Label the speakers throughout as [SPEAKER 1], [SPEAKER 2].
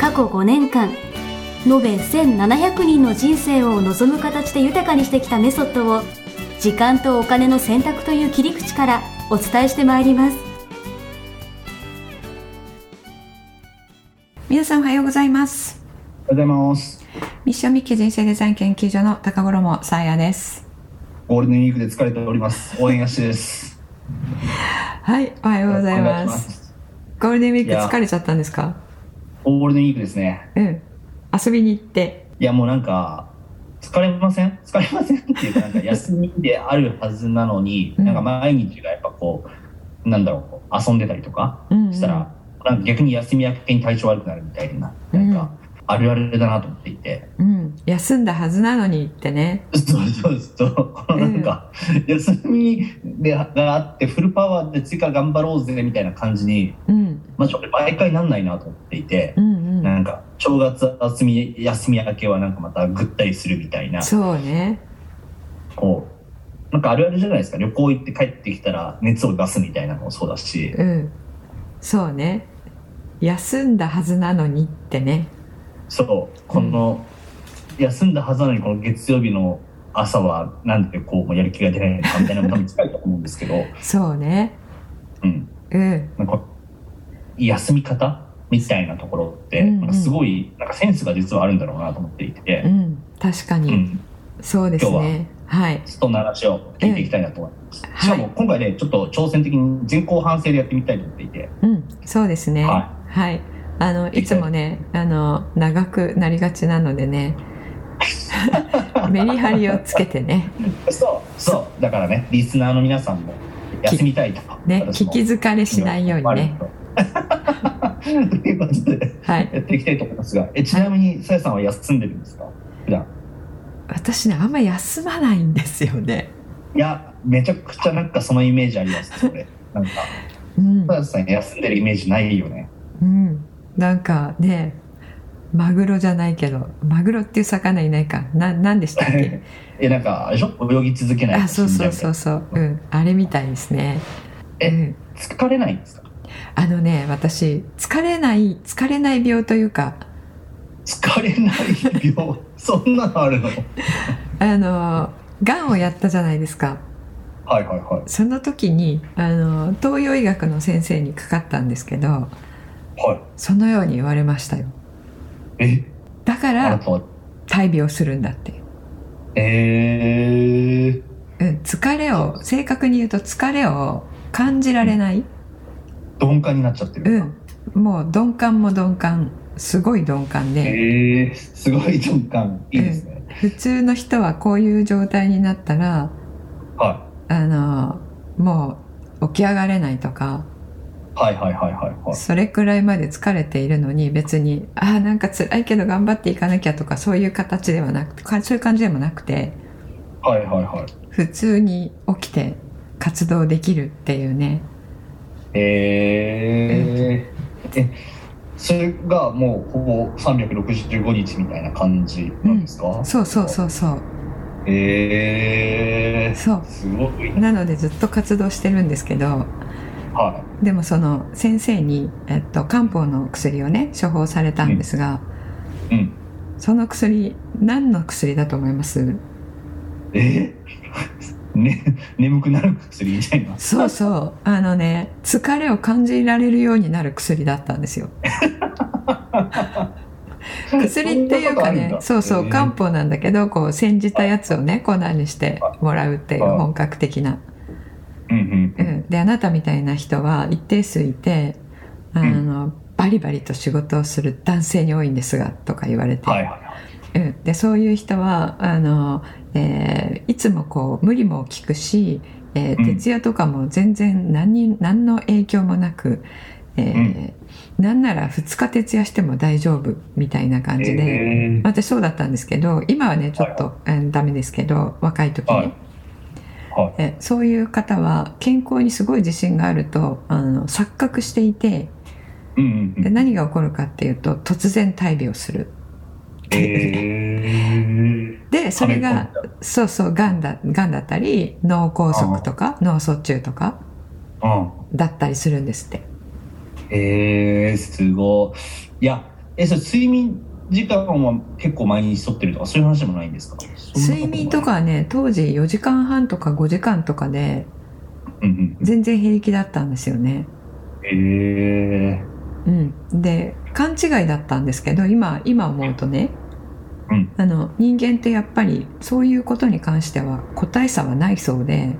[SPEAKER 1] 過去5年間延べ1700人の人生を望む形で豊かにしてきたメソッドを時間とお金の選択という切り口からお伝えしてまいります
[SPEAKER 2] 皆さんおはようございます
[SPEAKER 3] おはようございます。
[SPEAKER 2] ミッションミッキー人生デザイン研究所の高頃もさあやです
[SPEAKER 3] ゴールデンウィークで疲れております。応援がしです。
[SPEAKER 2] はいおはようございます
[SPEAKER 3] お願します。
[SPEAKER 2] ゴールデンウィー
[SPEAKER 3] い
[SPEAKER 2] ク
[SPEAKER 3] や
[SPEAKER 2] 疲れちゃったんですか
[SPEAKER 3] ゴールデンウィークですね。
[SPEAKER 2] うん遊びに行って
[SPEAKER 3] いや、もうなんか、疲れません疲れませんっていうか、なんか休みであるはずなのに、
[SPEAKER 2] うん
[SPEAKER 3] なんか毎日がやっぱこう、なんだろうこう、遊んでたりとか
[SPEAKER 2] うんうん
[SPEAKER 3] したら、なんか逆に休み明けに体調悪くなるみたいな、なんか、あるあるだなと思っていて、
[SPEAKER 2] うん休んだはずなのにってね
[SPEAKER 3] そうそうそう、このなんか、休みでがあって、フルパワーで追加頑張ろうぜみたいな感じに、
[SPEAKER 2] うん
[SPEAKER 3] まあ、ちょっと毎回なんないなと思っていて、
[SPEAKER 2] うんう
[SPEAKER 3] なんんか正月休み休み明けはなんかまたぐったりするみたいな
[SPEAKER 2] そうね
[SPEAKER 3] こうなんかあるあるじゃないですか旅行行って帰ってきたら熱を出すみたいなのもそうだし
[SPEAKER 2] うんそうね休んだはずなのにってね
[SPEAKER 3] そうこの、休んだはずなのにこの月曜日の朝はなんでこうもうやる気が出ないのかみたいなのも多分近いと思うんです けど、
[SPEAKER 2] そうね
[SPEAKER 3] うん、
[SPEAKER 2] うん
[SPEAKER 3] なんか休み方みたいなところって、
[SPEAKER 2] うんうん
[SPEAKER 3] なんかすごいなんかセンスが実はあるんだろうなと思っていて、
[SPEAKER 2] うん確か
[SPEAKER 3] う
[SPEAKER 2] に、
[SPEAKER 3] ん、
[SPEAKER 2] そうですねはい
[SPEAKER 3] そんな話を聞いていきたいなと思います。
[SPEAKER 2] ええ
[SPEAKER 3] しかも今回ね、ちょっと挑戦的に前後半制でやってみたいと思っていて、
[SPEAKER 2] うんそうですね
[SPEAKER 3] は
[SPEAKER 2] はい。あの、いつもね、あの、長くなりがちなのでね。 メリハリをつけてね、
[SPEAKER 3] そう、そう、だからね、リスナーの皆さんも休みたいと。
[SPEAKER 2] ね、
[SPEAKER 3] 私
[SPEAKER 2] 聞
[SPEAKER 3] も
[SPEAKER 2] き疲れしないようにね。。
[SPEAKER 3] ということで、
[SPEAKER 2] はい。
[SPEAKER 3] やっていきたいと思いますが、えちなみに、さやさんは休んでるんですか普段。
[SPEAKER 2] 私ね、あんま休まないんですよね。
[SPEAKER 3] いや、めちゃくちゃなんかそのイメージあります、それ。なんか、
[SPEAKER 2] うん
[SPEAKER 3] さ。やさん休んでるイメージないよね。
[SPEAKER 2] うん。なんかね、マグロじゃないけど、マグロっていう魚いないか。な、なんでしたっけ
[SPEAKER 3] え、なんか、あれでしょ泳ぎ続けないと
[SPEAKER 2] あ、そうそう
[SPEAKER 3] 死んじ
[SPEAKER 2] そ
[SPEAKER 3] ゃ
[SPEAKER 2] う
[SPEAKER 3] み
[SPEAKER 2] そう。うん。あれみたいですね。
[SPEAKER 3] え
[SPEAKER 2] うん。
[SPEAKER 3] たいな疲れないんですか
[SPEAKER 2] あのね、私、疲れない、疲れない病というか、
[SPEAKER 3] 疲れない病そんなのあるの
[SPEAKER 2] あの、癌をやったじゃないですか。
[SPEAKER 3] はいはいはい。
[SPEAKER 2] その時にあの東洋医学の先生にかかったんですけど
[SPEAKER 3] はい。
[SPEAKER 2] そのように言われましたよ
[SPEAKER 3] え、
[SPEAKER 2] だか
[SPEAKER 3] あな
[SPEAKER 2] ら
[SPEAKER 3] たは。
[SPEAKER 2] 大病するんだって、
[SPEAKER 3] えー、
[SPEAKER 2] うん、疲れを正確に言うと疲れを感じられない、
[SPEAKER 3] 鈍感になっちゃって
[SPEAKER 2] う
[SPEAKER 3] る。
[SPEAKER 2] ん、もう鈍感も鈍感すごい鈍感
[SPEAKER 3] え
[SPEAKER 2] で
[SPEAKER 3] えー、すごい鈍感。いいですね。
[SPEAKER 2] 普通の人はこういう状態になったら
[SPEAKER 3] は
[SPEAKER 2] あのもう起き上がれないとか
[SPEAKER 3] い。はいはいはいはいはい。
[SPEAKER 2] それくらいまで疲れているのに別にああなんか辛いけど頑張っていかなきゃとかそういう形ではなくてかそういう感じでもなくて
[SPEAKER 3] はいはいはい。
[SPEAKER 2] 普通に起きて活動できるっていうね
[SPEAKER 3] えー、え、それがもうほぼ365日みたいな感じなんですか、
[SPEAKER 2] そうそうそうそう
[SPEAKER 3] え
[SPEAKER 2] そ。
[SPEAKER 3] ー、すごいう
[SPEAKER 2] なのでずっと活動してるんですけど
[SPEAKER 3] は
[SPEAKER 2] でもその先生に、えっと、漢方の薬をね処方されたんですが、
[SPEAKER 3] い。うん。
[SPEAKER 2] その薬何の薬だと思います
[SPEAKER 3] え ー、ね、眠くなる薬みたいな。
[SPEAKER 2] そうそうあのね疲れを感じられるようになる薬だったんですよ薬っていうかねそうそう漢
[SPEAKER 3] 感
[SPEAKER 2] 方なんだけどこう煎じたやつをね粉にしてもらうっていう
[SPEAKER 3] はい
[SPEAKER 2] 本格的な、
[SPEAKER 3] うんうん
[SPEAKER 2] う
[SPEAKER 3] うん
[SPEAKER 2] ん、であなたみたいな人は一定数いてあの、バリバリと仕事をする男性に多いんですがとか言われて、
[SPEAKER 3] はいはいはい
[SPEAKER 2] うん、でそういう人はあの、えーいつもこう無理も効くし、えー
[SPEAKER 3] うん
[SPEAKER 2] 徹夜とかも全然何に何の影響もなくえー
[SPEAKER 3] うん
[SPEAKER 2] なんなら2日徹夜しても大丈夫みたいな感じで、
[SPEAKER 3] えー
[SPEAKER 2] 私そうだったんですけど今はねちょっと、えーダメですけど若い時ね、
[SPEAKER 3] はいはい
[SPEAKER 2] えーそういう方は健康にすごい自信があるとあの錯覚していて
[SPEAKER 3] うんうん
[SPEAKER 2] で何が起こるかっていうと突然大病する
[SPEAKER 3] えー
[SPEAKER 2] でそれがそうそうがんだがんだったり脳梗塞とか脳卒中とか
[SPEAKER 3] うん
[SPEAKER 2] だったりするんですって
[SPEAKER 3] えー、すごい。いや、え、それ睡眠時間は結構毎日とってるとか、そういう話でもないんですか
[SPEAKER 2] 睡眠と。かはね当時4時間半とか5時間とかで
[SPEAKER 3] そんなことないうん
[SPEAKER 2] 全然平気だったんですよね
[SPEAKER 3] うん。え
[SPEAKER 2] うん、で勘違いだったんですけど今今思うとね、
[SPEAKER 3] うん
[SPEAKER 2] あの人間ってやっぱりそういうことに関しては個体差はないそうで、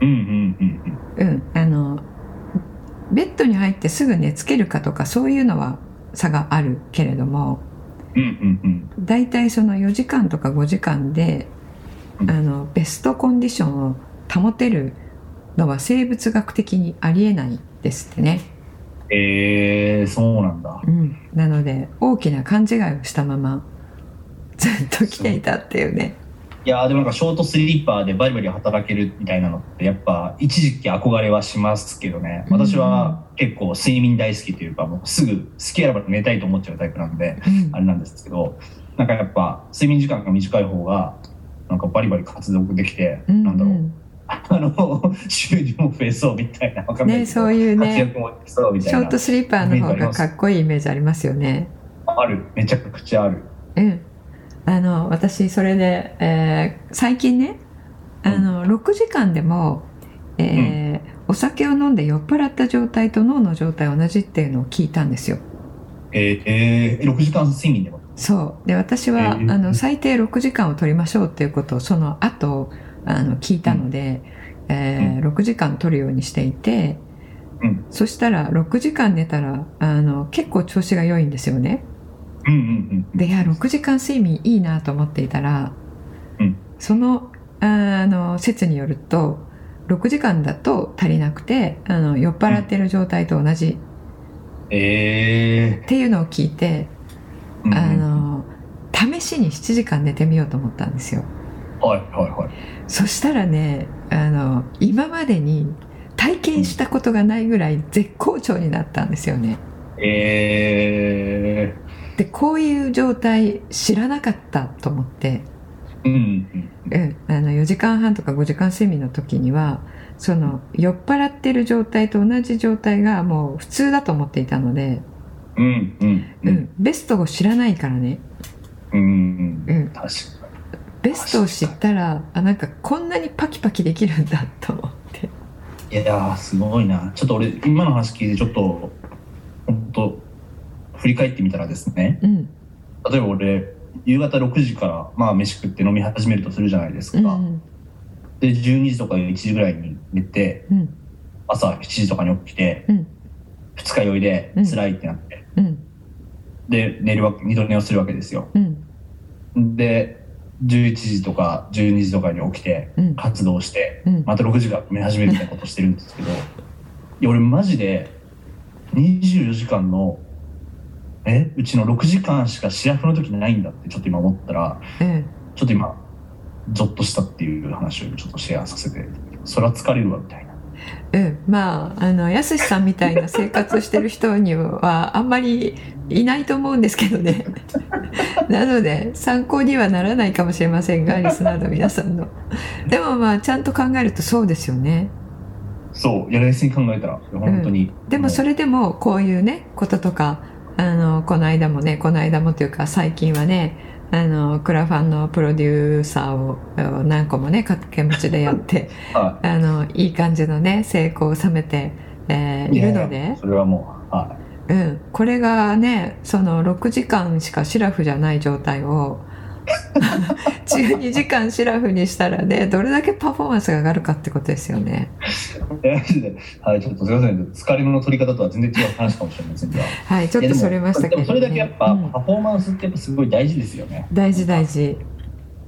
[SPEAKER 3] ー、うんうんうん
[SPEAKER 2] うん、あのベッドに入ってすぐ寝つけるかとかそういうのは差があるけれども
[SPEAKER 3] うん。うんうん
[SPEAKER 2] だいたいその4時間とか5時間で
[SPEAKER 3] うん
[SPEAKER 2] あのベストコンディションを保てるのは生物学的にありえないですってね。
[SPEAKER 3] うん。えー、そうなんだ。
[SPEAKER 2] うん、なので大きな勘違いをしたままずっと来ていたっていうね
[SPEAKER 3] いやーでもなんかショートスリーパーでバリバリ働けるみたいなのってやっぱ一時期憧れはしますけどね
[SPEAKER 2] うん
[SPEAKER 3] 私は結構睡眠大好きというかもうすぐ好きあれば寝たいと思っちゃうタイプなんで
[SPEAKER 2] うん
[SPEAKER 3] あれなんですけどなんかやっぱ睡眠時間が短い方がなんかバリバリ活動できて、
[SPEAKER 2] うん
[SPEAKER 3] なんだろう
[SPEAKER 2] う
[SPEAKER 3] あの収入も増えそうみたいなわか
[SPEAKER 2] ん
[SPEAKER 3] んない
[SPEAKER 2] ね
[SPEAKER 3] けど
[SPEAKER 2] そういう
[SPEAKER 3] 活
[SPEAKER 2] ね
[SPEAKER 3] 躍もできそうみた
[SPEAKER 2] シ
[SPEAKER 3] い
[SPEAKER 2] ョー
[SPEAKER 3] な
[SPEAKER 2] トスリーパーの方がかっこいいイメージありますよね
[SPEAKER 3] あるめちゃくちゃある
[SPEAKER 2] うんあの私それで、えー最近ねあの6時間でも、えーお酒を飲んで酔っ払った状態と脳の状態同じっていうのを聞いたんですよ
[SPEAKER 3] えーえー、6時間睡眠でも
[SPEAKER 2] そうで私は、
[SPEAKER 3] えー
[SPEAKER 2] あの最低6時間を取りましょうっていうことをその後あの聞いたので、えー6時間取るようにしていて、
[SPEAKER 3] うん
[SPEAKER 2] そしたら6時間寝たらあの結構調子が良いんですよね
[SPEAKER 3] うんうんうん
[SPEAKER 2] でいや6時間睡眠いいなと思っていたら、
[SPEAKER 3] うん
[SPEAKER 2] そのあの説によると6時間だと足りなくてあの酔っ払ってる状態と同じ
[SPEAKER 3] え
[SPEAKER 2] っていうのを聞いて、
[SPEAKER 3] ー、うんうん
[SPEAKER 2] あの試しに7時間寝てみようと思ったんですよ。
[SPEAKER 3] はいはいはい
[SPEAKER 2] そしたらねあの今までに体験したことがないぐらい絶好調になったんですよね
[SPEAKER 3] え
[SPEAKER 2] でこういう状態知らなかったと思って、
[SPEAKER 3] ー、うんうん
[SPEAKER 2] うん、あの4時間半とか5時間睡眠の時にはその酔っ払ってる状態と同じ状態がもう普通だと思っていたので、
[SPEAKER 3] うんうん
[SPEAKER 2] う
[SPEAKER 3] うん
[SPEAKER 2] ん、ベストを知らないからね、
[SPEAKER 3] うんうん
[SPEAKER 2] うん、
[SPEAKER 3] 確か
[SPEAKER 2] ベストを知ったらあなんかこんなにパキパキできるんだと思って
[SPEAKER 3] にいやーすごいなちょっと俺今の話聞いてちょっと本当振り返ってみたらですね
[SPEAKER 2] うん
[SPEAKER 3] 例えば俺夕方6時からまあ飯食って飲み始めるとするじゃないです
[SPEAKER 2] う
[SPEAKER 3] か、
[SPEAKER 2] ん
[SPEAKER 3] で12時とか1時ぐらいに寝て
[SPEAKER 2] うん
[SPEAKER 3] 朝7時とかに起きて
[SPEAKER 2] うん
[SPEAKER 3] 二日酔いで
[SPEAKER 2] うん
[SPEAKER 3] 辛いってなって、
[SPEAKER 2] うん
[SPEAKER 3] で寝るわけ二度寝をするわけですよ
[SPEAKER 2] うん
[SPEAKER 3] で11時とか12時とかに起きて
[SPEAKER 2] うん
[SPEAKER 3] 活動して
[SPEAKER 2] うん
[SPEAKER 3] また6時から寝始めるみたいなことしてるんですけどいや俺マジで24時間のえうちの6時間しかシラフの時ないんだってちょっと今思ったら
[SPEAKER 2] うん
[SPEAKER 3] ちょっと今ゾッとしたっていう話をちょっとシェアさせてそりゃ疲れるわみたいな。
[SPEAKER 2] うん、まああのやすしさんみたいな生活をしてる人にはあんまりいないと思うんですけどね なので参考にはならないかもしれません がリスナーの皆さんのでもまあちゃんと考えるとそうですよね
[SPEAKER 3] そう、やられすに考えたら、本当に。
[SPEAKER 2] でもそ
[SPEAKER 3] れ、
[SPEAKER 2] れでもこういうねこととかあのこの間もねこの間もというか最近はねあのクラファンのプロデューサーをあの何個もね掛け持ちでやって
[SPEAKER 3] は
[SPEAKER 2] あのいい感じのね成功を収めて、えー
[SPEAKER 3] い、
[SPEAKER 2] いるので、
[SPEAKER 3] それはもう、は
[SPEAKER 2] うん、これがねその6時間しかシラフじゃない状態 を12時間シラフにしたらねどれだけパフォーマンスが上がるかってことですよね。
[SPEAKER 3] い。いやマジで、はい、ちょっとすみません、疲れの取り方とは全然違う話かもしれませんが。ち
[SPEAKER 2] はいちょっとそれましたけど、
[SPEAKER 3] でも
[SPEAKER 2] ね、
[SPEAKER 3] それだけやっぱ、
[SPEAKER 2] うん
[SPEAKER 3] パフォーマンスってやっぱすごい大事ですよね。
[SPEAKER 2] 大事大事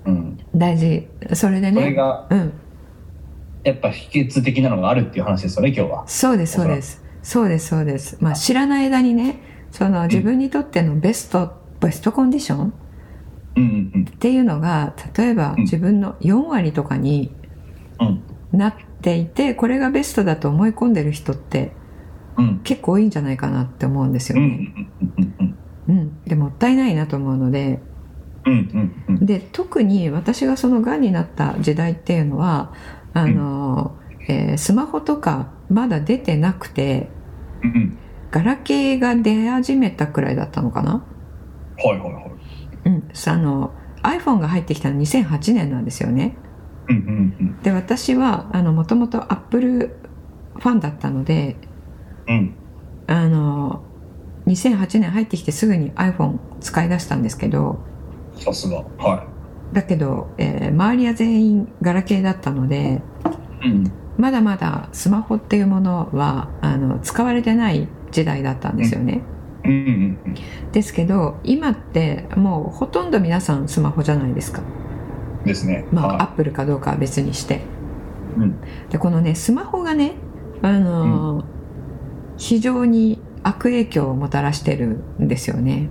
[SPEAKER 3] うん。
[SPEAKER 2] 大事それで
[SPEAKER 3] それ
[SPEAKER 2] ね
[SPEAKER 3] が、
[SPEAKER 2] うん
[SPEAKER 3] やっぱ秘訣的なのがあるっていう話ですよね、今日は。
[SPEAKER 2] そうですそうですそうですそうです、まあ、知らない間にねその自分にとってのベストベストコンディションっ
[SPEAKER 3] うんうん
[SPEAKER 2] ていうのが例えば
[SPEAKER 3] うん
[SPEAKER 2] 自分の4割とかに
[SPEAKER 3] うん
[SPEAKER 2] なっていてこれがベストだと思い込んでる人って
[SPEAKER 3] うん
[SPEAKER 2] 結構多いんじゃないかなって思うんです
[SPEAKER 3] うんう
[SPEAKER 2] よ
[SPEAKER 3] ん
[SPEAKER 2] ね、
[SPEAKER 3] うんうん
[SPEAKER 2] うん、でもったいないなと思うので
[SPEAKER 3] うんうんうん
[SPEAKER 2] で特に私がそのがんになった時代っていうのはあの、えースマホとかまだ出てなくて
[SPEAKER 3] うん
[SPEAKER 2] ガラケーが出始めたくらいだったのかな、
[SPEAKER 3] はいはいはい
[SPEAKER 2] うん、さあの iPhone が入ってきたの2008年なんですよね
[SPEAKER 3] うんうん
[SPEAKER 2] で私はもともと Apple ファンだったので
[SPEAKER 3] うんうん
[SPEAKER 2] あの2008年入ってきてすぐに iPhone 使い出したんですけど
[SPEAKER 3] さすがは
[SPEAKER 2] だけど、えー周りは全員ガラケーだったので
[SPEAKER 3] いうん
[SPEAKER 2] まだまだスマホっていうものはあの使われてない時代だったんですよね、
[SPEAKER 3] うんうんうん
[SPEAKER 2] ですけど今ってもうほとんど皆さんスマホじゃないですか
[SPEAKER 3] ですね
[SPEAKER 2] まあ、
[SPEAKER 3] はい
[SPEAKER 2] アップルかどうかは別にして、
[SPEAKER 3] うん
[SPEAKER 2] でこのねスマホがね、あのー非常に悪影響をもたらしてるんですよね、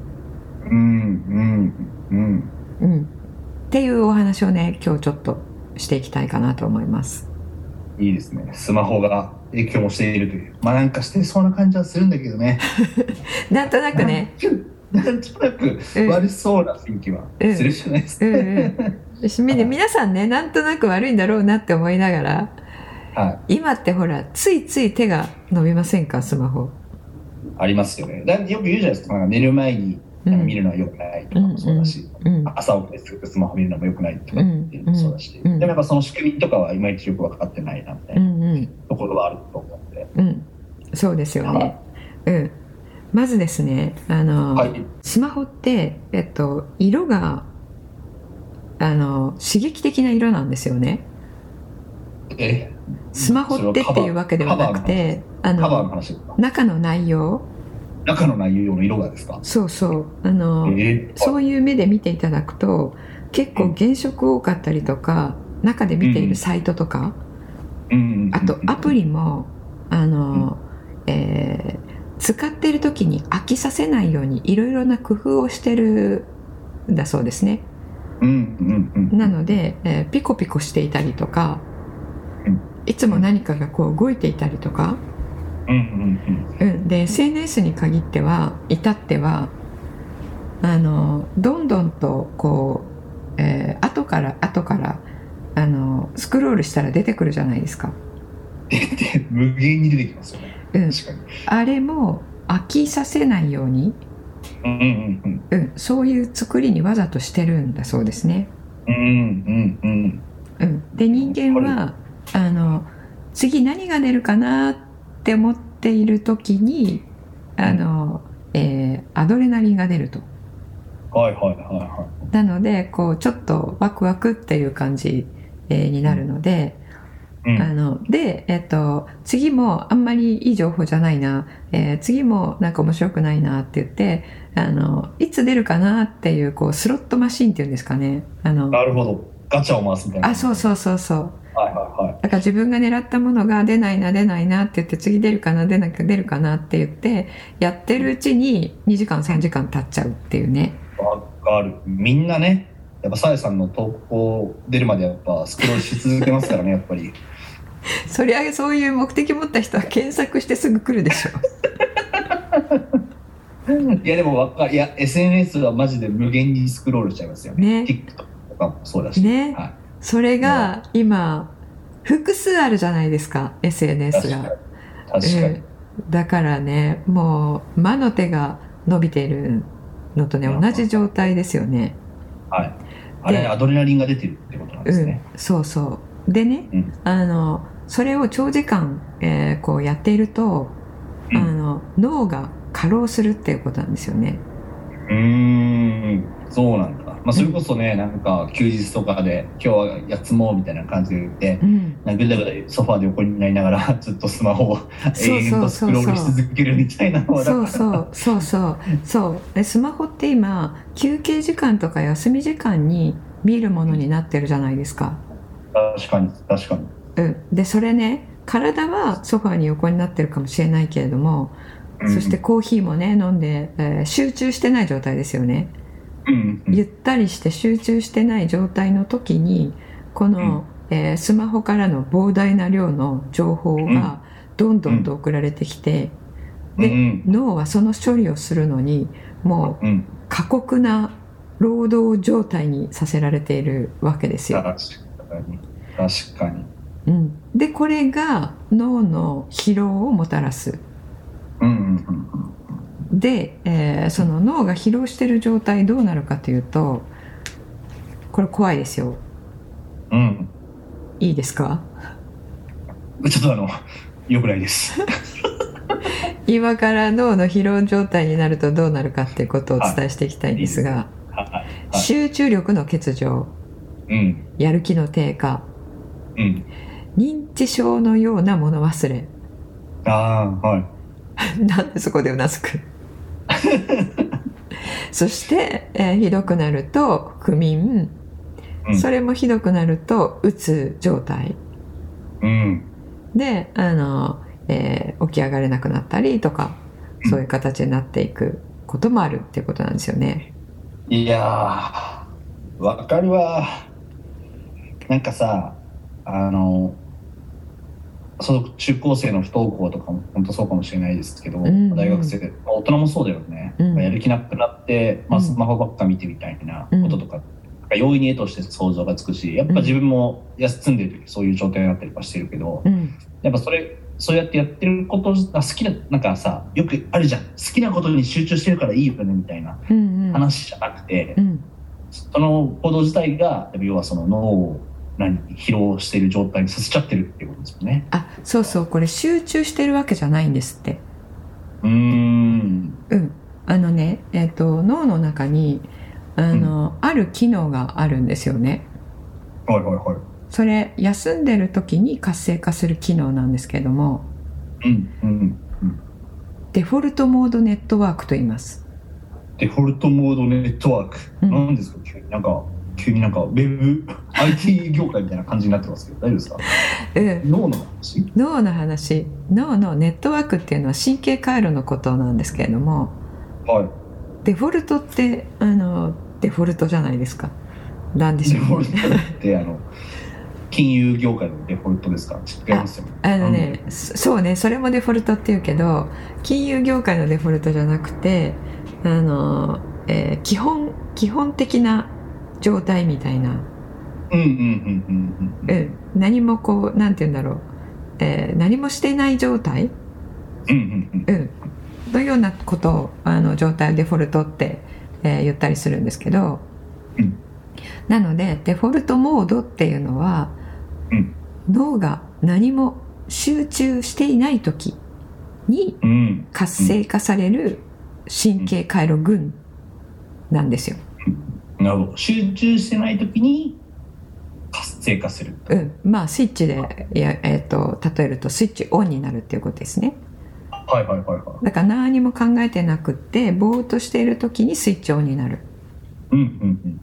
[SPEAKER 3] うんうんうん
[SPEAKER 2] うん、っていうお話をね今日ちょっとしていきたいかなと思います
[SPEAKER 3] いいですねスマホが影響もしているというまあなんかしてそうな感じはするんだけどね
[SPEAKER 2] なんとなくね、
[SPEAKER 3] なんとなく
[SPEAKER 2] うん
[SPEAKER 3] 悪そうな雰囲気はするじゃないです
[SPEAKER 2] う
[SPEAKER 3] か、
[SPEAKER 2] んうん、しみんな皆さんねなんとなく悪いんだろうなって思いながら
[SPEAKER 3] はい
[SPEAKER 2] 今ってほらついつい手が伸びませんかスマホ、
[SPEAKER 3] ありますよねだよく言うじゃないですかなんか寝る前に
[SPEAKER 2] う
[SPEAKER 3] なんか見
[SPEAKER 2] ん
[SPEAKER 3] るのは良くないとかもそうだし、
[SPEAKER 2] うん
[SPEAKER 3] 朝起きてすぐスマホ見るのも良くないとかっていうのもそうだし、
[SPEAKER 2] うんうん
[SPEAKER 3] でもやっぱその仕組みとかはいまいちよく分かってないなみたい
[SPEAKER 2] うんう
[SPEAKER 3] なんところはあると思うんで、
[SPEAKER 2] うん、そうですよね。うん、まずですね、あの、
[SPEAKER 3] はい
[SPEAKER 2] スマホって、えっと、色が。あの、刺激的な色なんですよね。
[SPEAKER 3] え
[SPEAKER 2] スマホってっ
[SPEAKER 3] それはカ
[SPEAKER 2] て
[SPEAKER 3] バー
[SPEAKER 2] いうわけではなくて、あ
[SPEAKER 3] カバーの
[SPEAKER 2] の、
[SPEAKER 3] 話ですか
[SPEAKER 2] 中の内容。
[SPEAKER 3] 中の内容の色がですか
[SPEAKER 2] そうそう、あの、
[SPEAKER 3] えー
[SPEAKER 2] そういう目で見ていただくと、結構原色多かったりとか。中で見ているサイトとか、
[SPEAKER 3] うん
[SPEAKER 2] あとアプ
[SPEAKER 3] リ
[SPEAKER 2] リも、あの、えー使ってる時に飽きさせないようにいろいろな工夫をしてるんだそうですね。
[SPEAKER 3] うんうんうん
[SPEAKER 2] なので、えーピコピコしていたりとか
[SPEAKER 3] うん、
[SPEAKER 2] いつも何かがこう動いていたりとか、
[SPEAKER 3] うんうん
[SPEAKER 2] うん、で SNS に限っては至ってはあのどんどんとこう、えー後から後からあのスクロールしたら出てくるじゃないですか。
[SPEAKER 3] うんで無限に出てきますよね
[SPEAKER 2] うん、
[SPEAKER 3] 確かに
[SPEAKER 2] あれも飽きさせないように、
[SPEAKER 3] うんうん
[SPEAKER 2] うん、そういう作りにわざとしてるんだそうですね。
[SPEAKER 3] うんうんうんうん
[SPEAKER 2] うん、で人間はあの次何が出るかなって思っている時にあの、えーアドレナリンが出ると。
[SPEAKER 3] はいはいはいはい
[SPEAKER 2] なのでこうちょっとワクワクっていう感じ、えーになるので、
[SPEAKER 3] うん
[SPEAKER 2] あので、えっと次もあんまりいい情報じゃないな、えー次もなんか面白くないなって言ってあのいつ出るかなっていうこうスロットマシンっていうんですかねあの
[SPEAKER 3] なるほどガチャを回すみたいな
[SPEAKER 2] あそうそうそうそう
[SPEAKER 3] はいはいはい
[SPEAKER 2] だから自分が狙ったものが出ないな出ないなって言って次出るかな出なく出るかなって言ってやってるうちに2時間3時間経っちゃうっていうね
[SPEAKER 3] わかるみんなねやっぱさえさんの投稿出るまでやっぱスクロールし続けます からねやっぱり
[SPEAKER 2] そりゃそういう目的持った人は検索してすぐ来るでしょ
[SPEAKER 3] いやでもわかるいや SNS はマジで無限にスクロールしちゃいますよね
[SPEAKER 2] ね
[SPEAKER 3] TikTok とかもそうだし
[SPEAKER 2] ね
[SPEAKER 3] は
[SPEAKER 2] それが今複数あるじゃないですか
[SPEAKER 3] い、
[SPEAKER 2] SNS
[SPEAKER 3] 確かに
[SPEAKER 2] が、
[SPEAKER 3] 確かに
[SPEAKER 2] ええだからねもう魔の手が伸びているのとね同じ状態ですよね、
[SPEAKER 3] はいあれ
[SPEAKER 2] で
[SPEAKER 3] アドレナリンが出てるってことなん
[SPEAKER 2] う
[SPEAKER 3] です
[SPEAKER 2] ん
[SPEAKER 3] ね、、
[SPEAKER 2] そうそうでね、
[SPEAKER 3] うん
[SPEAKER 2] あのそれを長時間、えーこうやっていると、
[SPEAKER 3] うん
[SPEAKER 2] あの脳が過労するっていうことなんですよね
[SPEAKER 3] うーんそうなんだ、まあ、それこそね、なんか休日とかで今日は休もうみたいな感じで言って
[SPEAKER 2] うん
[SPEAKER 3] なんかぐだぐだソファーで横になりながら ずっとスマホを永
[SPEAKER 2] そう
[SPEAKER 3] 遠
[SPEAKER 2] そ
[SPEAKER 3] と
[SPEAKER 2] う
[SPEAKER 3] ス
[SPEAKER 2] そ
[SPEAKER 3] ク
[SPEAKER 2] う
[SPEAKER 3] ロ
[SPEAKER 2] そ
[SPEAKER 3] ールし
[SPEAKER 2] う
[SPEAKER 3] 続けるみたいなのは
[SPEAKER 2] そうそうそうそうそうでスマホって今休憩時間とか休み時間に見るものになってるじゃないですか、
[SPEAKER 3] 確かに確かに
[SPEAKER 2] うん、でそれね体はソファーに横になってるかもしれないけれども、
[SPEAKER 3] うん
[SPEAKER 2] そしてコーヒーもね飲んで、えー集中してない状態ですよね、
[SPEAKER 3] うんうん
[SPEAKER 2] ゆったりして集中してない状態の時にこの、えースマホからの膨大な量の情報がどんどんと送られてきて、
[SPEAKER 3] う
[SPEAKER 2] で
[SPEAKER 3] ん
[SPEAKER 2] 脳はその処理をするのにもう
[SPEAKER 3] うん
[SPEAKER 2] 過酷な労働状態にさせられているわけです
[SPEAKER 3] 確
[SPEAKER 2] よ。
[SPEAKER 3] かに確かに
[SPEAKER 2] うん、でこれが脳の疲労をもたらす。
[SPEAKER 3] うんうん
[SPEAKER 2] で、えーその脳が疲労している状態どうなるかというとこれ怖いですよ。
[SPEAKER 3] うんうん
[SPEAKER 2] いいですか
[SPEAKER 3] うんちょっとあのよくないです
[SPEAKER 2] 今から脳の疲労状態になるとどうなるかっていうことをお伝えしていきたいんですが、
[SPEAKER 3] ははい
[SPEAKER 2] 集中力の欠如
[SPEAKER 3] いうん
[SPEAKER 2] やる気の低下
[SPEAKER 3] うん
[SPEAKER 2] 認知症のようなもの忘れ
[SPEAKER 3] ああはい
[SPEAKER 2] なんでそこでうなず くそして、えーひどくなると不眠、
[SPEAKER 3] うん
[SPEAKER 2] それもひどくなるとうつ状態
[SPEAKER 3] うん
[SPEAKER 2] であの、えー起き上がれなくなったりとかそういう形になっていくこともあるっていうことなんですよね。
[SPEAKER 3] いやーわかるわなんかさあのその中高生の不登校とかも本当そうかもしれないですけど、
[SPEAKER 2] んうん
[SPEAKER 3] 大学生でまあ大人もそうだよね、
[SPEAKER 2] うん
[SPEAKER 3] やる気なくなって、まあ、
[SPEAKER 2] うん
[SPEAKER 3] スマホばっか見てみたいなこととか、なんか容易に絵として想像がつくしやっぱ自分も休んでる時そういう状態になったりとかしてるけど、
[SPEAKER 2] うん
[SPEAKER 3] やっぱそれそうやってやってることが好きななんかさよくあるじゃん好きなことに集中してるからいいよねみたいな
[SPEAKER 2] うんうん
[SPEAKER 3] 話じゃなくて、
[SPEAKER 2] うん
[SPEAKER 3] その行動自体がでも要はその脳を何疲労している状態にさせちゃってるっていうことですよね。
[SPEAKER 2] あそうそうこれ集中してるわけじゃないんですって
[SPEAKER 3] うーん
[SPEAKER 2] うんあのねえっ、と脳の中にあの、ある機能があるんですよね
[SPEAKER 3] はいはいはい。
[SPEAKER 2] それ休んでる時に活性化する機能なんですけども
[SPEAKER 3] うんうん。
[SPEAKER 2] デフォルトモードネットワークと言います
[SPEAKER 3] デフォルトモードネットワーク。
[SPEAKER 2] うん
[SPEAKER 3] なんですか急になんか急になんかウェブ IT 業界みたいな感じになってますけど大丈夫ですか？
[SPEAKER 2] うん
[SPEAKER 3] 脳の話？
[SPEAKER 2] 脳の話脳のネットワークっていうのは神経回路のことなんですけれども
[SPEAKER 3] はい。
[SPEAKER 2] デフォルトってあのデフォルトじゃないですかなんでし
[SPEAKER 3] デ
[SPEAKER 2] ょ
[SPEAKER 3] フォ
[SPEAKER 2] う
[SPEAKER 3] ル
[SPEAKER 2] ね
[SPEAKER 3] トってあの金融業界のデフォルトですか？違いますよね。
[SPEAKER 2] あのね、そそうねそれもデフォルトっていうけど金融業界のデフォルトじゃなくてあの、えー基本基本的な状態みたいな、
[SPEAKER 3] うんうんうんうんうん
[SPEAKER 2] う。ん、何もこうなんて言うんだろう、えー何もしてない状態、
[SPEAKER 3] うんうんうん。
[SPEAKER 2] うん、のようなことをあの状態をデフォルトって、えー言ったりするんですけど、
[SPEAKER 3] うん
[SPEAKER 2] なのでデフォルトモードっていうのは、
[SPEAKER 3] うん
[SPEAKER 2] 脳が何も集中していない時に
[SPEAKER 3] うん
[SPEAKER 2] 活性化される神経回路群なんですよ。
[SPEAKER 3] なるほど。集中してないときに活性化する。
[SPEAKER 2] うん、まあスイッチでいや、えー、と例えるとスイッチオンになるっていうことですね
[SPEAKER 3] はいはいはいはい。
[SPEAKER 2] だから何も考えてなくってぼーっとしている時にスイッチオンになる、
[SPEAKER 3] うんうん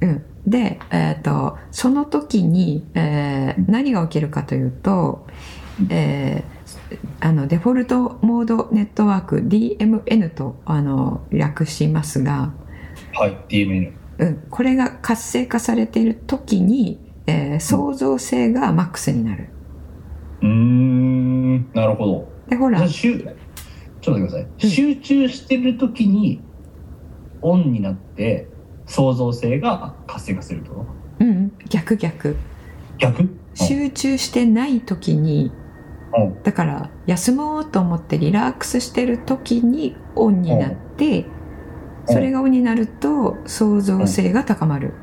[SPEAKER 2] うん、で、えー、とその時に、えー何が起きるかというと、えーあのデフォルトモードネットワーク DMN とあの略しますが、
[SPEAKER 3] うん。はい、DMN。
[SPEAKER 2] うん、これが活性化されている時に、えー創造性がマックスになる。
[SPEAKER 3] うーん、なるほど。
[SPEAKER 2] でほ
[SPEAKER 3] じゃ
[SPEAKER 2] ら
[SPEAKER 3] あ、集ちょっと待ってください。集中してるときに、オンになって、創造性が活性化するってこと
[SPEAKER 2] うん、逆逆
[SPEAKER 3] 逆うん
[SPEAKER 2] 集中してない時に
[SPEAKER 3] うん
[SPEAKER 2] だから休もうと思ってリラックスしてる時にオンになって
[SPEAKER 3] うん
[SPEAKER 2] それがオンになると創造性が高まる。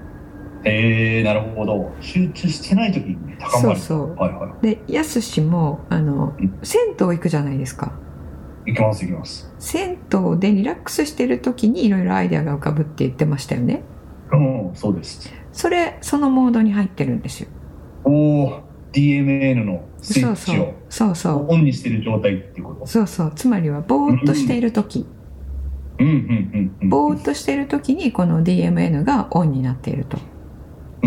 [SPEAKER 3] へえー、なるほど。集中してないときにね高まる。
[SPEAKER 2] そうそう
[SPEAKER 3] はいは
[SPEAKER 2] でやすしもあの
[SPEAKER 3] うん
[SPEAKER 2] 銭湯行くじゃないですか。
[SPEAKER 3] い。いきますいきます。
[SPEAKER 2] 銭湯でリラックスしてる時にいろいろアイデアが浮かぶって言ってましたよね。
[SPEAKER 3] うん、そうです。
[SPEAKER 2] それそのモードに入ってるんですよ。
[SPEAKER 3] おー、DMN のスイ
[SPEAKER 2] そ
[SPEAKER 3] ッ
[SPEAKER 2] うそ
[SPEAKER 3] チを
[SPEAKER 2] うそうそう
[SPEAKER 3] オンにしてる状態っていうこと。
[SPEAKER 2] そうそうつまりはぼーっとしている時
[SPEAKER 3] うんうんうん
[SPEAKER 2] ぼ
[SPEAKER 3] う
[SPEAKER 2] ーっとしている時にこの DMN がオンになっていると、
[SPEAKER 3] ん。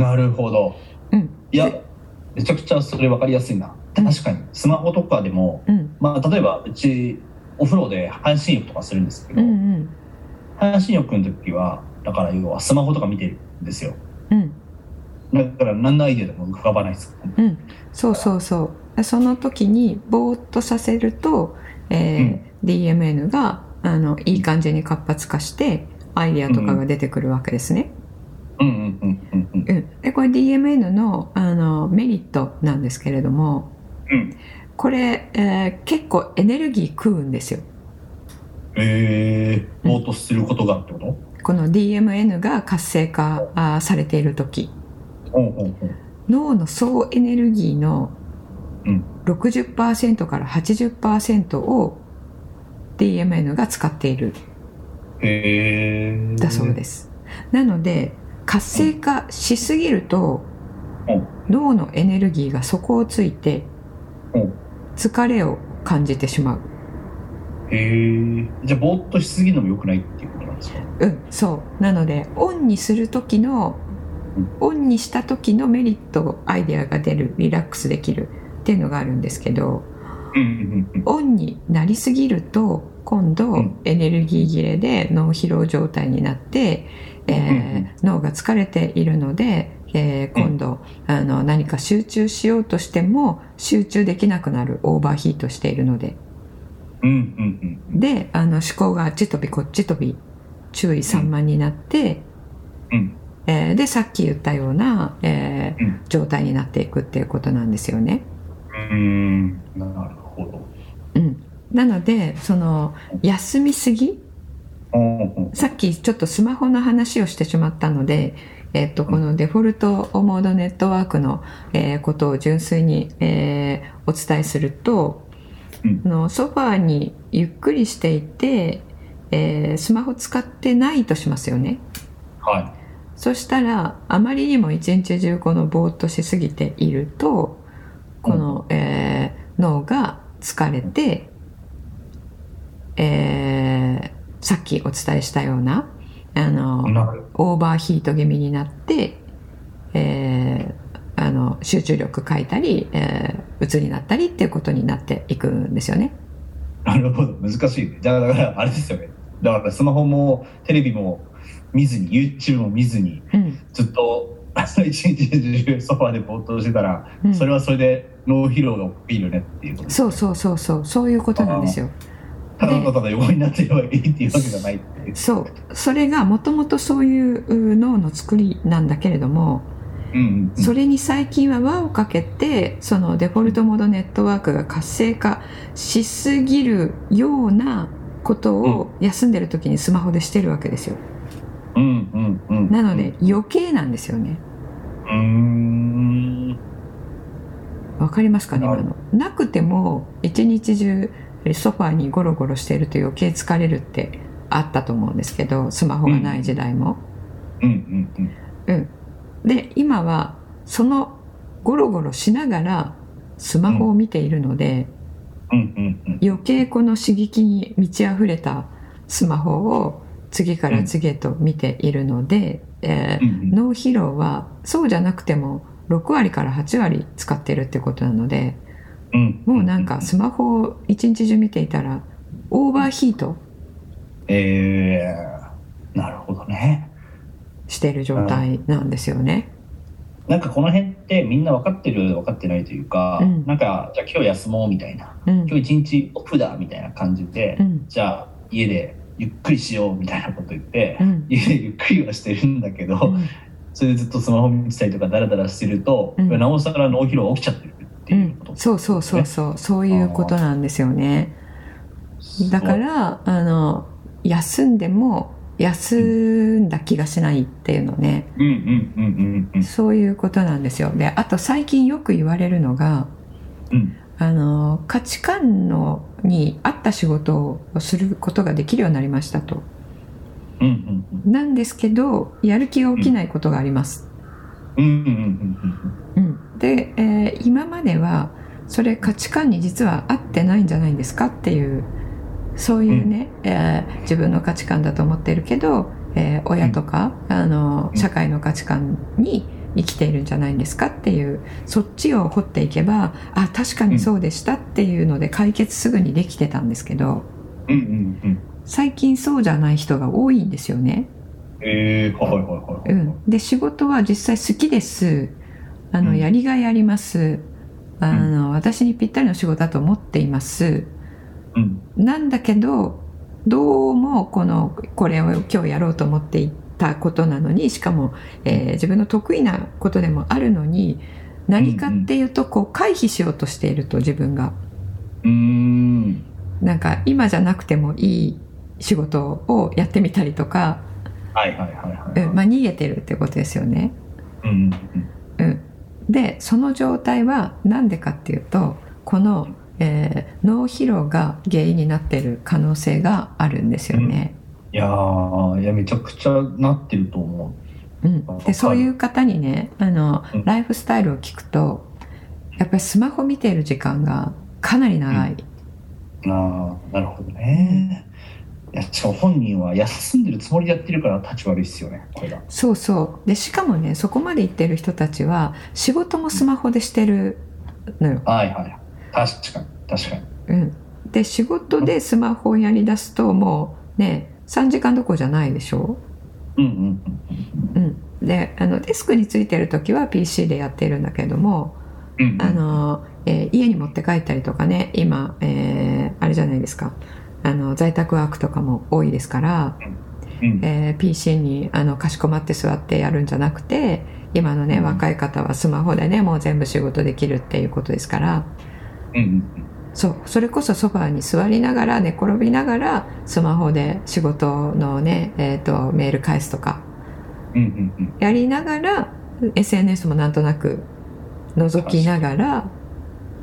[SPEAKER 3] なるほど。
[SPEAKER 2] うん、
[SPEAKER 3] いや、めちゃくちゃそれ分かりやすいな。確かにスマホとかでも、
[SPEAKER 2] うん
[SPEAKER 3] まあ、例えばうちお風呂で半身浴とかするんですけ
[SPEAKER 2] う
[SPEAKER 3] ど、
[SPEAKER 2] ん
[SPEAKER 3] 半身浴の時はだから要はスマホとか見てるんですよ
[SPEAKER 2] うんうん
[SPEAKER 3] だから何のアイデアでも浮かばないです
[SPEAKER 2] そうそうそうその時にぼーっとさせると、えー DMN があのいい感じに活発化してアイデアとかが出てくるわけですね。
[SPEAKER 3] うんうんうんうんうん
[SPEAKER 2] うん、でこれ DMN のあのメリットなんですけれども、
[SPEAKER 3] うん
[SPEAKER 2] これ、えー結構エネルギー食うんですよ。
[SPEAKER 3] えー、ぼーっとすることがってこと、
[SPEAKER 2] この DMN が活性化あーされている時
[SPEAKER 3] うんうんうん
[SPEAKER 2] 脳の総エネルギーの
[SPEAKER 3] うん
[SPEAKER 2] 60%から80%を DMN が使っている
[SPEAKER 3] へえ
[SPEAKER 2] だそうです。なので活性化しすぎると
[SPEAKER 3] うん
[SPEAKER 2] 脳のエネルギーが底をついて
[SPEAKER 3] うん
[SPEAKER 2] 疲れを感じてしまう。
[SPEAKER 3] へえじゃあぼーっとしすぎるのも良くないっていうことなんですか
[SPEAKER 2] うん、そうなのでオンにする時のオンにした時のメリットアイデアが出るリラックスできるっていうのがあるんですけど
[SPEAKER 3] うんうんうん
[SPEAKER 2] オンになりすぎると今度
[SPEAKER 3] うん
[SPEAKER 2] エネルギー切れで脳疲労状態になって、えー脳が疲れているので、えー今度あの何か集中しようとしても集中できなくなるオーバーヒートしているので
[SPEAKER 3] うんうん
[SPEAKER 2] であの思考があっち飛びこっち飛び注意散漫になって、
[SPEAKER 3] うん
[SPEAKER 2] えーでさっき言ったような、えー
[SPEAKER 3] うん
[SPEAKER 2] 状態になっていくっていうことなんですよね。
[SPEAKER 3] うんうーんなるほど
[SPEAKER 2] うん、なのでその休みすぎ
[SPEAKER 3] うんうん
[SPEAKER 2] さっきちょっとスマホの話をしてしまったので、えっとこのデフォルトモードネットワークの、えーことを純粋に、えーお伝えすると、
[SPEAKER 3] うん
[SPEAKER 2] あのソファーにゆっくりしていて、えースマホ使ってないとしますよね。
[SPEAKER 3] は
[SPEAKER 2] そしたらあまりにも一日中このぼーっとしすぎているとこの、えー脳が疲れて、えーさっきお伝えしたようなあの
[SPEAKER 3] いなる
[SPEAKER 2] オーバーヒート気味になって、えーあの集中力欠いたり、えー、鬱になったりっていうことになっていくんですよね。
[SPEAKER 3] なるほど難しいねだからだからあれですよねだからスマホもテレビも見ずに YouTube も見ずに
[SPEAKER 2] うん
[SPEAKER 3] ずっと一日中ソファーでぼーっとしてたら、
[SPEAKER 2] うん、
[SPEAKER 3] それはそれで脳疲労が大きいよねっていうこと
[SPEAKER 2] そうそうそうそうそういうことなんですよ。
[SPEAKER 3] ただただ横になってればいいっていうわけじゃないっていう、
[SPEAKER 2] そうそれがもともとそういうう脳の作りなんだけれども
[SPEAKER 3] うんうんうん、
[SPEAKER 2] それに最近は輪をかけてそのデフォルトモードネットワークが活性化しすぎるようなことを休んでる時にスマホでしてるわけですよ
[SPEAKER 3] うんうんうん
[SPEAKER 2] なので余計なんですよね
[SPEAKER 3] うーん
[SPEAKER 2] わかりますかね
[SPEAKER 3] は
[SPEAKER 2] 今
[SPEAKER 3] い
[SPEAKER 2] のなくても一日中ソファーにゴロゴロしていると余計疲れるってあったと思うんですけどスマホがない時代も、
[SPEAKER 3] うんうんうん
[SPEAKER 2] で今はそのゴロゴロしながらスマホを見ているので、
[SPEAKER 3] うんうんうん
[SPEAKER 2] 余計この刺激に満ち溢れたスマホを次から次へと見ているので、えー
[SPEAKER 3] うん
[SPEAKER 2] 脳疲労はそうじゃなくても6割から8割使ってるってことなので
[SPEAKER 3] うん
[SPEAKER 2] もうなんかスマホを一日中見ていたらオーバーヒート
[SPEAKER 3] えー、なるほどね
[SPEAKER 2] している状態なんですよね。
[SPEAKER 3] なんかこの辺ってみんな分かってる分かってないというか、
[SPEAKER 2] うん
[SPEAKER 3] なんかじゃあ今日休もうみたいな
[SPEAKER 2] うん
[SPEAKER 3] 今日一日オフだみたいな感じで、
[SPEAKER 2] うん
[SPEAKER 3] じゃあ家でゆっくりしようみたいなこと言って、
[SPEAKER 2] うん
[SPEAKER 3] 家でゆっくりはしてるんだけど、
[SPEAKER 2] うん
[SPEAKER 3] それでずっとスマホ見てたりとかダラダラしてると、
[SPEAKER 2] うん
[SPEAKER 3] なおさら脳疲労が起きちゃってるって
[SPEAKER 2] う
[SPEAKER 3] いうんこと、
[SPEAKER 2] そうそうそうそう、そういうことなんですよね。だか
[SPEAKER 3] そう
[SPEAKER 2] らあの休んでも休んだ気がしないっていうのね、
[SPEAKER 3] うんうんうんうん
[SPEAKER 2] そういうことなんですよ。であと最近よく言われるのが
[SPEAKER 3] うん
[SPEAKER 2] あの価値観のに合った仕事をすることができるようになりましたと。
[SPEAKER 3] うんうんうん
[SPEAKER 2] なんですけどやる気が起きないことがあります。
[SPEAKER 3] うんうんうん
[SPEAKER 2] うん、で、えー今まではそれ価値観に実は合ってないんじゃないんですかっていうそういうね、えー自分の価値観だと思っているけど、えー親とか、あの
[SPEAKER 3] うん
[SPEAKER 2] 社会の価値観に生きているんじゃないんですかっていうそっちを掘っていけばあ確かにそうでしたっていうので解決すぐにできてたんですけど
[SPEAKER 3] うんうん
[SPEAKER 2] 最近そうじゃない人が多いんですよね。
[SPEAKER 3] うん。えー、はいはいはいは
[SPEAKER 2] う
[SPEAKER 3] い。
[SPEAKER 2] ん、で仕事は実際好きですあの、
[SPEAKER 3] うん
[SPEAKER 2] やりがいありますあの、私にぴったりの仕事だと思っています
[SPEAKER 3] うん。
[SPEAKER 2] なんだけどどうもこのこれを今日やろうと思っていたことなのにしかも、えー自分の得意なことでもあるのに何かっていうとこう回避しようとしていると自分が
[SPEAKER 3] うーん。
[SPEAKER 2] なんか今じゃなくてもいい仕事をやってみたりとか、
[SPEAKER 3] はいはいはいは
[SPEAKER 2] う
[SPEAKER 3] い。
[SPEAKER 2] んまあ、逃げてるってことですよね。
[SPEAKER 3] うん
[SPEAKER 2] うん、でその状態は何でかっていうとこの、えー脳疲労が原因になっている可能性があるんですよね。
[SPEAKER 3] いやー、いや、めちゃくちゃなってると思
[SPEAKER 2] うん
[SPEAKER 3] わか
[SPEAKER 2] で
[SPEAKER 3] る
[SPEAKER 2] そういう方にねあの、
[SPEAKER 3] うん
[SPEAKER 2] ライフスタイルを聞くとやっぱりスマホ見ている時間がかなり長い。
[SPEAKER 3] う。あー、なるほどね。いや、しかも本人は休んでるつもりでやってるから立ち悪いっすよね、これが。
[SPEAKER 2] そうそうでしかもねそこまで行ってる人たちは仕事もスマホでしてるのよ。
[SPEAKER 3] はいはい。確かに、確かに。
[SPEAKER 2] うん、で仕事でスマホをやりだすともうね3時間どころじゃないでしょ
[SPEAKER 3] うんうんうん
[SPEAKER 2] うん、であのデスクについてる時は PC でやってるんだけども
[SPEAKER 3] うん。うん
[SPEAKER 2] あ、の、えー家に持って帰ったりとかね今、えーあれじゃないですかあの在宅ワークとかも多いですから、
[SPEAKER 3] うん
[SPEAKER 2] えー PC にあのかしこまって座ってやるんじゃなくて今のね
[SPEAKER 3] うん
[SPEAKER 2] 若い方はスマホでねもう全部仕事できるっていうことですから
[SPEAKER 3] うんうん
[SPEAKER 2] そうそれこそソファーに座りながら寝転びながらスマホで仕事のね、えー、とメール返すとか
[SPEAKER 3] うんうんうん。
[SPEAKER 2] やりながら SNS もなんとなく覗きながら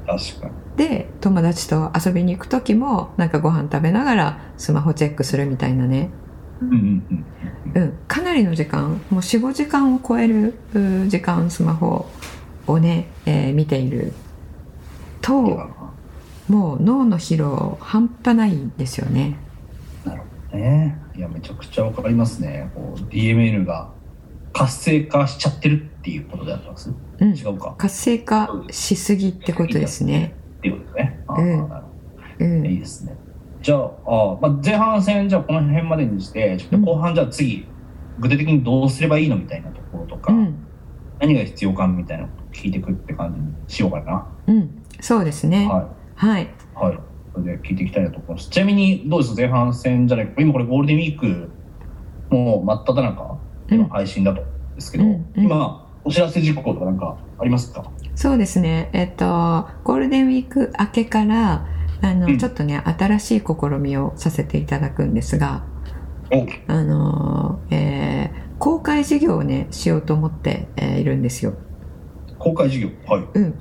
[SPEAKER 3] 確かに。
[SPEAKER 2] で友達と遊びに行く時もなんかご飯食べながらスマホチェックするみたいなね、
[SPEAKER 3] うんうん
[SPEAKER 2] うん、かなりの時間もう45時間を超えるうー時間スマホをね、えー見ている
[SPEAKER 3] うん。い
[SPEAKER 2] と
[SPEAKER 3] や
[SPEAKER 2] もう脳の疲労半端ないんですよね。
[SPEAKER 3] ねいや、めちゃくちゃわかりますね。こう、DMN が活性化しちゃってるっていうことであってます
[SPEAKER 2] うん
[SPEAKER 3] 違うか。
[SPEAKER 2] 活性化しすぎってことですね。
[SPEAKER 3] っていうことね。ああ、
[SPEAKER 2] うん
[SPEAKER 3] なるほ
[SPEAKER 2] う
[SPEAKER 3] ど。い
[SPEAKER 2] ん、
[SPEAKER 3] いですね。じゃあ、あまあ、前半戦、じゃあこの辺までにして、ちょっと後半、じゃあ次、具体的にどうすればいいのみたいなところとか、
[SPEAKER 2] うん、
[SPEAKER 3] 何が必要かみたいなことを聞いていくって感じにしようかな。
[SPEAKER 2] うん、そうですね。
[SPEAKER 3] はい。
[SPEAKER 2] はい、
[SPEAKER 3] はい。それで聞いていきたいなと思います。ちなみに、どうです前半戦じゃない今これゴールデンウィーク、もう真っ只中での配信だと思うんですけど、
[SPEAKER 2] うんうんうん
[SPEAKER 3] 今、お知らせ事項とかなんかありますか
[SPEAKER 2] そうですね、えっと、ゴールデンウィーク明けからあの、
[SPEAKER 3] うん
[SPEAKER 2] ちょっとね新しい試みをさせていただくんですが
[SPEAKER 3] お
[SPEAKER 2] あの、えー公開事業をねしようと思って、えーいるんですよ。
[SPEAKER 3] 公開事業。はい。
[SPEAKER 2] うん、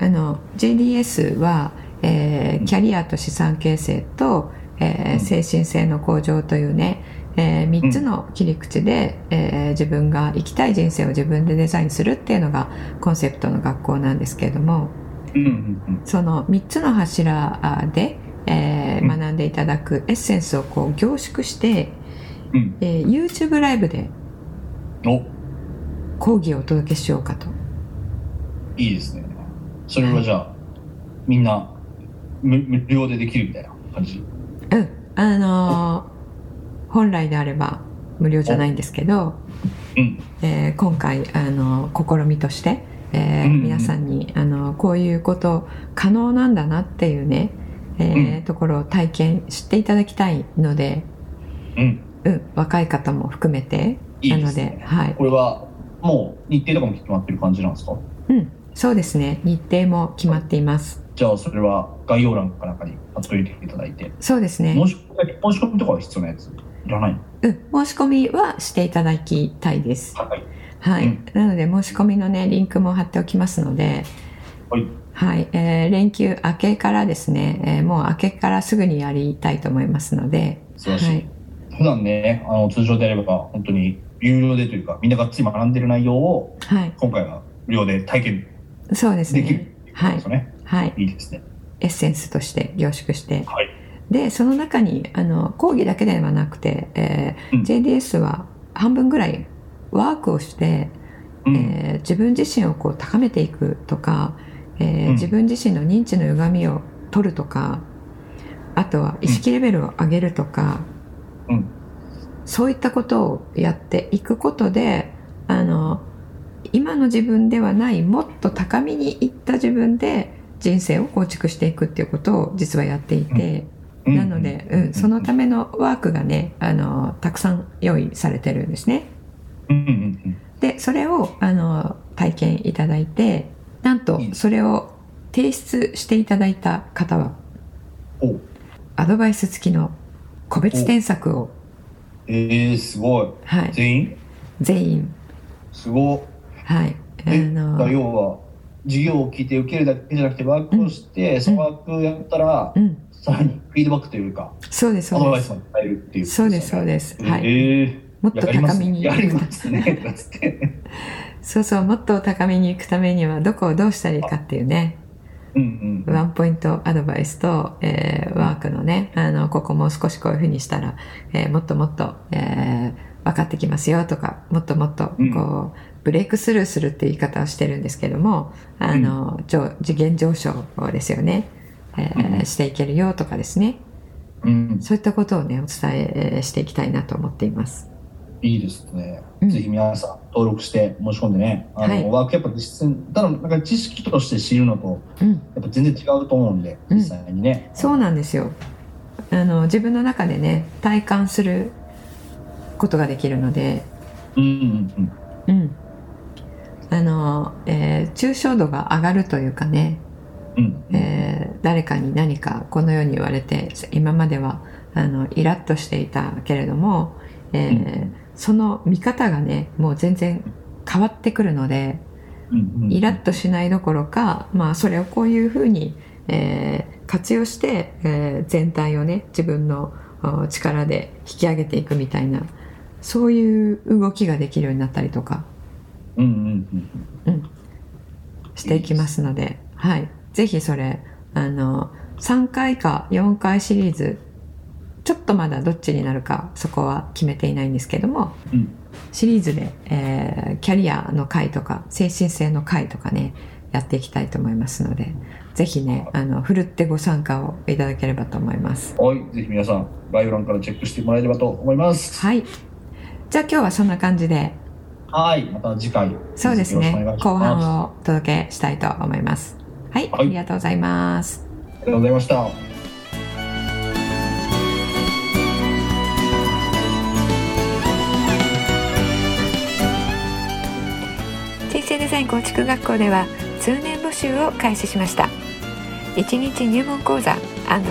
[SPEAKER 2] あの JDS は、えー
[SPEAKER 3] うん
[SPEAKER 2] キャリアと資産形成と、えー
[SPEAKER 3] うん
[SPEAKER 2] 精神性の向上というね、え3つの切り口で、えー自分が生きたい人生を自分でデザインするっていうのがコンセプトの学校なんですけれども。
[SPEAKER 3] うんうん
[SPEAKER 2] その3つの柱あで、えー
[SPEAKER 3] うん
[SPEAKER 2] 学んでいただくエッセンスをこう凝縮して、
[SPEAKER 3] うん。
[SPEAKER 2] えー YouTube ライブで
[SPEAKER 3] うん。お
[SPEAKER 2] 講義をお届けしようかと
[SPEAKER 3] いいですね。それはじゃあ、みんな無、無料でできるみたいな感じ。
[SPEAKER 2] うんあのー本来であれば無料じゃないんですけど、
[SPEAKER 3] うん。
[SPEAKER 2] えー今回、あのー試みとして、えー
[SPEAKER 3] うんうん
[SPEAKER 2] 皆さんに、あのーこういうこと可能なんだなっていうね、えー
[SPEAKER 3] うん
[SPEAKER 2] ところを体験していただきたいので、
[SPEAKER 3] うん。
[SPEAKER 2] うん、若い方も含めて
[SPEAKER 3] いいで
[SPEAKER 2] なの
[SPEAKER 3] す
[SPEAKER 2] で、
[SPEAKER 3] ね。
[SPEAKER 2] はい、
[SPEAKER 3] これは、もう日程とかも決まってる感じなんですか
[SPEAKER 2] うん、そうですね。日程も決まっています。
[SPEAKER 3] じゃあ、それは概要欄かなんかに貼っ入れていただいて。
[SPEAKER 2] そうですね。
[SPEAKER 3] 申し込み申し込みとかは必要なやついらないの
[SPEAKER 2] うん、申し込みはしていただきたいです。
[SPEAKER 3] はい。
[SPEAKER 2] はい。
[SPEAKER 3] うん
[SPEAKER 2] なので申し込みのねリンクも貼っておきますので、
[SPEAKER 3] はい。
[SPEAKER 2] はい、えー連休明けからですね、えーもう明けからすぐにやりたいと思いますので、
[SPEAKER 3] 素晴らしい。
[SPEAKER 2] はい
[SPEAKER 3] 普段ね、あの通常であれば、本当に有料でというか、みんながっつり学んでる内容を、
[SPEAKER 2] はい、
[SPEAKER 3] 今回は無料で体験
[SPEAKER 2] そうです
[SPEAKER 3] できる
[SPEAKER 2] ね。
[SPEAKER 3] っていう
[SPEAKER 2] はい
[SPEAKER 3] ことです、よね。
[SPEAKER 2] はい、
[SPEAKER 3] いいですね。
[SPEAKER 2] エッセンスとして凝縮して、
[SPEAKER 3] はい
[SPEAKER 2] でその中にあの講義だけではなくて、えー
[SPEAKER 3] うん
[SPEAKER 2] JDS は半分ぐらいワークをして、
[SPEAKER 3] うん
[SPEAKER 2] えー自分自身をこう高めていくとか、えー
[SPEAKER 3] うん
[SPEAKER 2] 自分自身の認知の歪みを取るとかあとは意識レベルを上げるとか、
[SPEAKER 3] うん
[SPEAKER 2] そういったことをやっていくことであの今の自分ではないもっと高みにいった自分で人生を構築していくっていうことを実はやっていて、
[SPEAKER 3] うん
[SPEAKER 2] なので、うん、そのためのワークがねあのたくさん用意されてるんですね。
[SPEAKER 3] うんうん
[SPEAKER 2] でそれをあの体験いただいてなんと
[SPEAKER 3] うん
[SPEAKER 2] それを提出していただいた方は
[SPEAKER 3] うんお
[SPEAKER 2] アドバイス付きの個別添削を、
[SPEAKER 3] えー、すごい
[SPEAKER 2] はい、
[SPEAKER 3] 全員
[SPEAKER 2] 全員、
[SPEAKER 3] すごっ
[SPEAKER 2] はい、あ
[SPEAKER 3] えだから
[SPEAKER 2] の
[SPEAKER 3] 要は授業を聞いて受けるだけじゃなくてワークをして、そのワークをやったら、
[SPEAKER 2] うん、
[SPEAKER 3] さらにフィードバックというか
[SPEAKER 2] そうです
[SPEAKER 3] アド
[SPEAKER 2] そう
[SPEAKER 3] バ
[SPEAKER 2] です
[SPEAKER 3] イスも与えるっていう
[SPEAKER 2] そうですそう
[SPEAKER 3] す
[SPEAKER 2] です、はい、
[SPEAKER 3] えー
[SPEAKER 2] もっと
[SPEAKER 3] やりま
[SPEAKER 2] 高
[SPEAKER 3] す
[SPEAKER 2] み
[SPEAKER 3] ね
[SPEAKER 2] に
[SPEAKER 3] やり
[SPEAKER 2] 行
[SPEAKER 3] ま
[SPEAKER 2] く
[SPEAKER 3] すね だって
[SPEAKER 2] そうそうもっと高みに行くためにはどこをどうしたらいいかっていうね
[SPEAKER 3] うんうん
[SPEAKER 2] ワンポイントアドバイスと、えーワークのね、あの、ここもう少しこういうふうにしたら、えーもっともっと、えー分かってきますよとか、もっともっと、こう、
[SPEAKER 3] うん
[SPEAKER 2] ブレイクスルーするっていう言い方をしてるんですけども、あの、上次元上昇ですよね、えー
[SPEAKER 3] うん
[SPEAKER 2] していけるよとかですね、
[SPEAKER 3] うん
[SPEAKER 2] そういったことをね、お伝えしていきたいなと思っています。
[SPEAKER 3] いいですね、
[SPEAKER 2] うん
[SPEAKER 3] ぜひ皆さん登録して申し込んでねあの、
[SPEAKER 2] はい
[SPEAKER 3] ワークやっぱ実践ただなんか知識として知るのと
[SPEAKER 2] うん。
[SPEAKER 3] やっぱ全然違うと思うんで
[SPEAKER 2] うん
[SPEAKER 3] 実際にね、
[SPEAKER 2] そうなんですよ。あの、自分の中でね、体感することができるので、
[SPEAKER 3] うんうん
[SPEAKER 2] う
[SPEAKER 3] うん
[SPEAKER 2] ん、あの、えー抽象度が上がるというかね、
[SPEAKER 3] うん
[SPEAKER 2] えー誰かに何かこのように言われて今まではあのイラッとしていたけれども、えー
[SPEAKER 3] うん
[SPEAKER 2] その見方がねもう全然変わってくるので
[SPEAKER 3] うんうん
[SPEAKER 2] イラッとしないどころか、まあ、それをこういうふうに、えー活用して、えー全体をね自分のあ力で引き上げていくみたいなそういう動きができるようになったりとか。
[SPEAKER 3] うんうんうん
[SPEAKER 2] していきますので、はい、ぜひそれあの3回か4回シリーズちょっとまだどっちになるかそこは決めていないんですけども
[SPEAKER 3] うん
[SPEAKER 2] シリーズで、えーキャリアの回とか精神性の回とかねやっていきたいと思いますのでぜひねあのふるってご参加をいただければと思います
[SPEAKER 3] はい、ぜひ皆さん概要欄からチェックしてもらえればと思います。
[SPEAKER 2] はいじゃあ今日はそんな感じで
[SPEAKER 3] はい、また次回
[SPEAKER 2] そうですね
[SPEAKER 3] よろしく
[SPEAKER 2] 後
[SPEAKER 3] お願いします
[SPEAKER 2] 半をお届けしたいと思いますはい、
[SPEAKER 3] はい
[SPEAKER 2] ありがとうございます
[SPEAKER 3] ありがとうございました。
[SPEAKER 2] 人生デザイン構築学校では通年募集を開始しました1日入門講座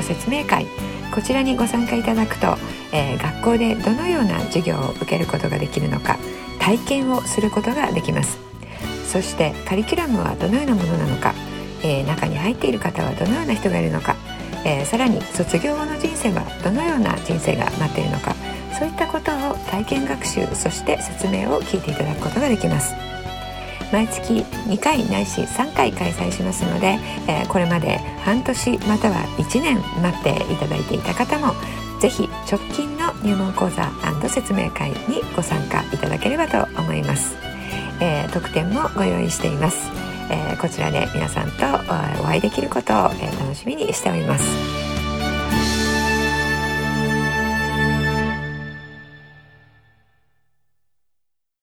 [SPEAKER 2] 説明会こちらにご参加いただくと、えー学校でどのような授業を受けることができるのか体験をすることができますそしてカリキュラムはどのようなものなのか、えー中に入っている方はどのような人がいるのか、えーさらに卒業後の人生はどのような人生が待っているのかそういったことを体験学習そして説明を聞いていただくことができます毎月2回ないし3回開催しますので、えーこれまで半年または1年待っていただいていた方もぜひ直近の入門講座説明会にご参加いただければと思います、えー特典もご用意しています、えーこちらで皆さんとえーお会いできることをえー楽しみにしております